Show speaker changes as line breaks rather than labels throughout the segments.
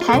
台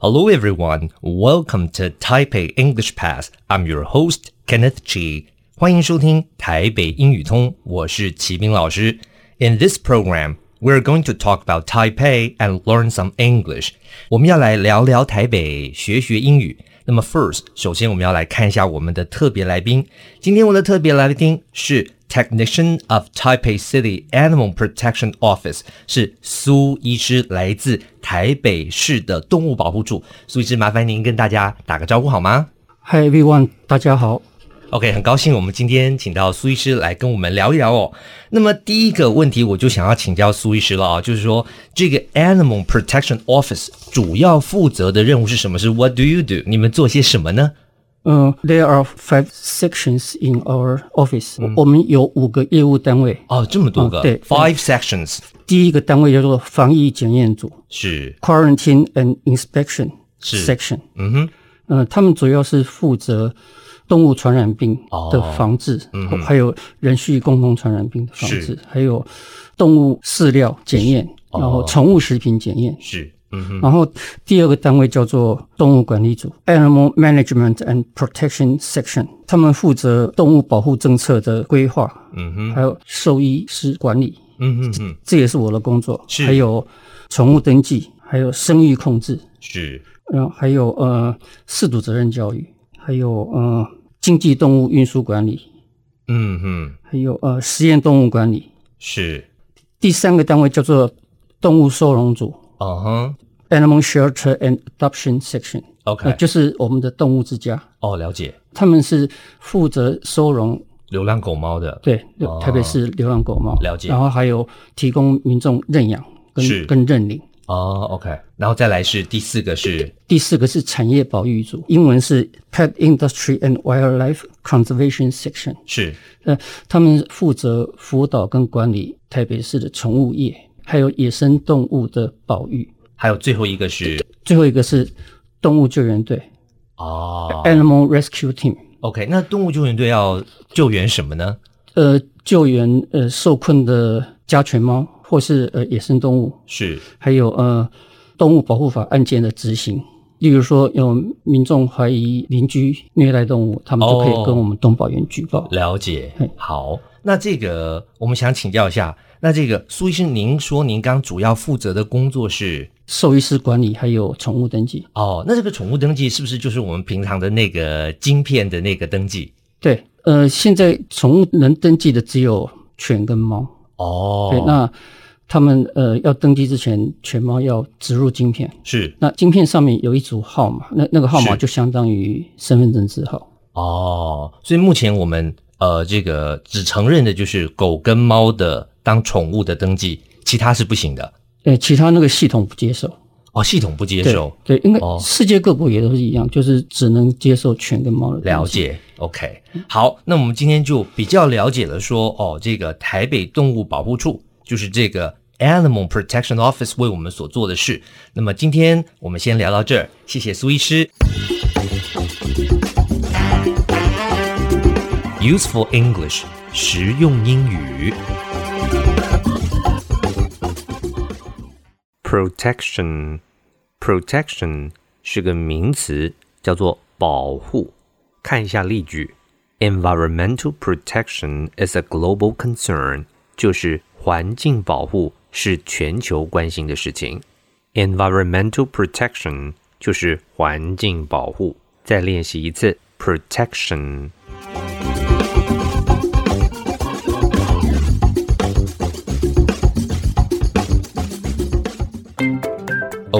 Hello, everyone. Welcome to Taipei English Pass. I'm your host Kenneth Chi. 欢迎收听台北英语通，我是齐斌老师。In this program, we're going to talk about Taipei and learn some English. 我们要来聊聊台北，学学英语。那么，first，首先我们要来看一下我们的特别来宾。今天我的特别来宾是 Technician of Taipei City Animal Protection Office，是苏医师，来自台北市的动物保护处。苏医师，麻烦您跟大家打个招呼好吗？
Hi everyone，大家好。
OK，很高兴我们今天请到苏医师来跟我们聊一聊哦。那么第一个问题，我就想要请教苏医师了啊、就是说这个 Animal Protection Office 主要负责的任务是什么？是 What do you do？你们做些什么呢？
嗯、t h e r e are five sections in our office、我
嗯
们有五个业务单位，
哦，这么多个，
哦对
，Five sections
第一个单位叫做防疫检验组
是，
（Quarantine and Inspection
是
Section）。
嗯哼，
嗯、他们主要是负责动物传染病
哦
的防治，还有人畜共同传染病的
嗯
防
是哦
治，还有动物饲料检验，然后宠物食品检验。
是，嗯哼，
然后第二个单位叫做动物管理组 （Animal Management and Protection Section），他们负责动物保护政策的规划，
嗯哼，
还有兽医师管理，
嗯哼哼，
这也是我的工作。
是
还有宠物登记，还有生育控制，
是，
然后还有呃饲主责任教育，还有呃经济动物运输管理，
嗯哼，
还有呃实验动物管理。
是，
第三个单位叫做动物收容组
嗯哼
（Animal Shelter and Adoption Section）。呃，
，OK，
就是我们的动物之家，
哦，了解，
他们是负责收容
流浪狗猫的，
对
哦
台北市流浪狗猫，
了解
然后还有提供民众认养
是
跟跟认领。
哦，OK，然后再来是第四个是
第四个是产业保育组，英文是 Pet Industry and Wildlife Conservation Section，
是，
呃，他们负责辅导跟管理台北市的宠物业，还有野生动物的保育。
还有最后一个是。
最后一个是动物救援队、
哦
a n i m a l Rescue Team），
，OK，那动物救援队要救援什么呢？
呃，救援呃受困的家犬猫或是呃野生动物，
是
还有呃动物保护法案件的执行。例如说，有民众怀疑邻居虐待动物，他们就可
哦
以跟我们动保员举报。
了解
嗯。
好，那这个我们想请教一下，那这个苏医生，您说您刚主要负责的工作是
兽医师管理还有宠物登记，
哦，那这个宠物登记是不是就是我们平常的那个晶片的那个登记？
对，呃，现在宠物能登记的只有犬跟猫。
哦，
对，那他们呃要登记之前，犬猫要植入晶片。
是
那晶片上面有一组号码，那那个号码
是
就相当于身份证字号。
哦，所以目前我们呃这个只承认的就是狗跟猫的当宠物的登记，其他是不行的。
呃，其他那个系统不接受。
哦，系统不接
对
受。
对，应该
哦
世界各国也都是一样，就是只能接受犬跟猫的。
了。解，OK，好，那我们今天就比较了解了说，哦，这个台北动物保护处就是这个 Animal Protection Office 为我们所做的事。那么今天我们先聊到这儿，谢谢苏医师。Useful English，实用英语。Protection。Protection 是个名词，叫做保护。看一下例句：Environmental protection is a global concern，就是环境保护是全球关心的事情。Environmental protection 就是环境保护。再练习一次，protection。